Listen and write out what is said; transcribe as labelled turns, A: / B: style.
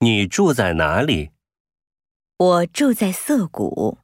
A: 你住在哪里？
B: 我住在涩谷。